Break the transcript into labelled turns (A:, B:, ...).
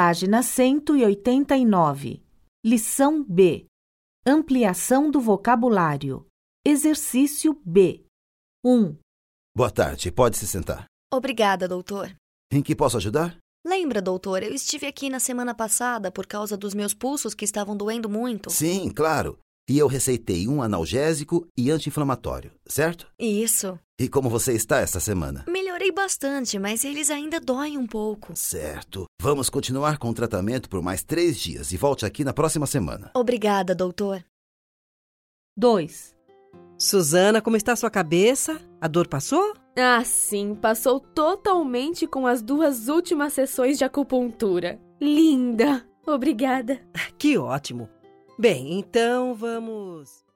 A: Página 189. Lição B. Ampliação do vocabulário. Exercício B. 1,
B: Boa tarde, pode se sentar.
C: Obrigada, doutor.
B: Em que posso ajudar?
C: Lembra, doutor, eu estive aqui na semana passada por causa dos meus pulsos que estavam doendo muito.
B: Sim, claro. E eu receitei um analgésico e anti-inflamatório, certo?
C: Isso.
B: E como você está esta semana?
C: Melhorei bastante, mas eles ainda doem um pouco.
B: Certo. Vamos continuar com o tratamento por mais três dias e volte aqui na próxima semana.
C: Obrigada, doutor.
A: 2,
D: Suzana, como está sua cabeça? A dor passou?
E: Ah, sim, passou totalmente com as duas últimas sessões de acupuntura. Linda! Obrigada!
D: Que ótimo! Bem, então vamos.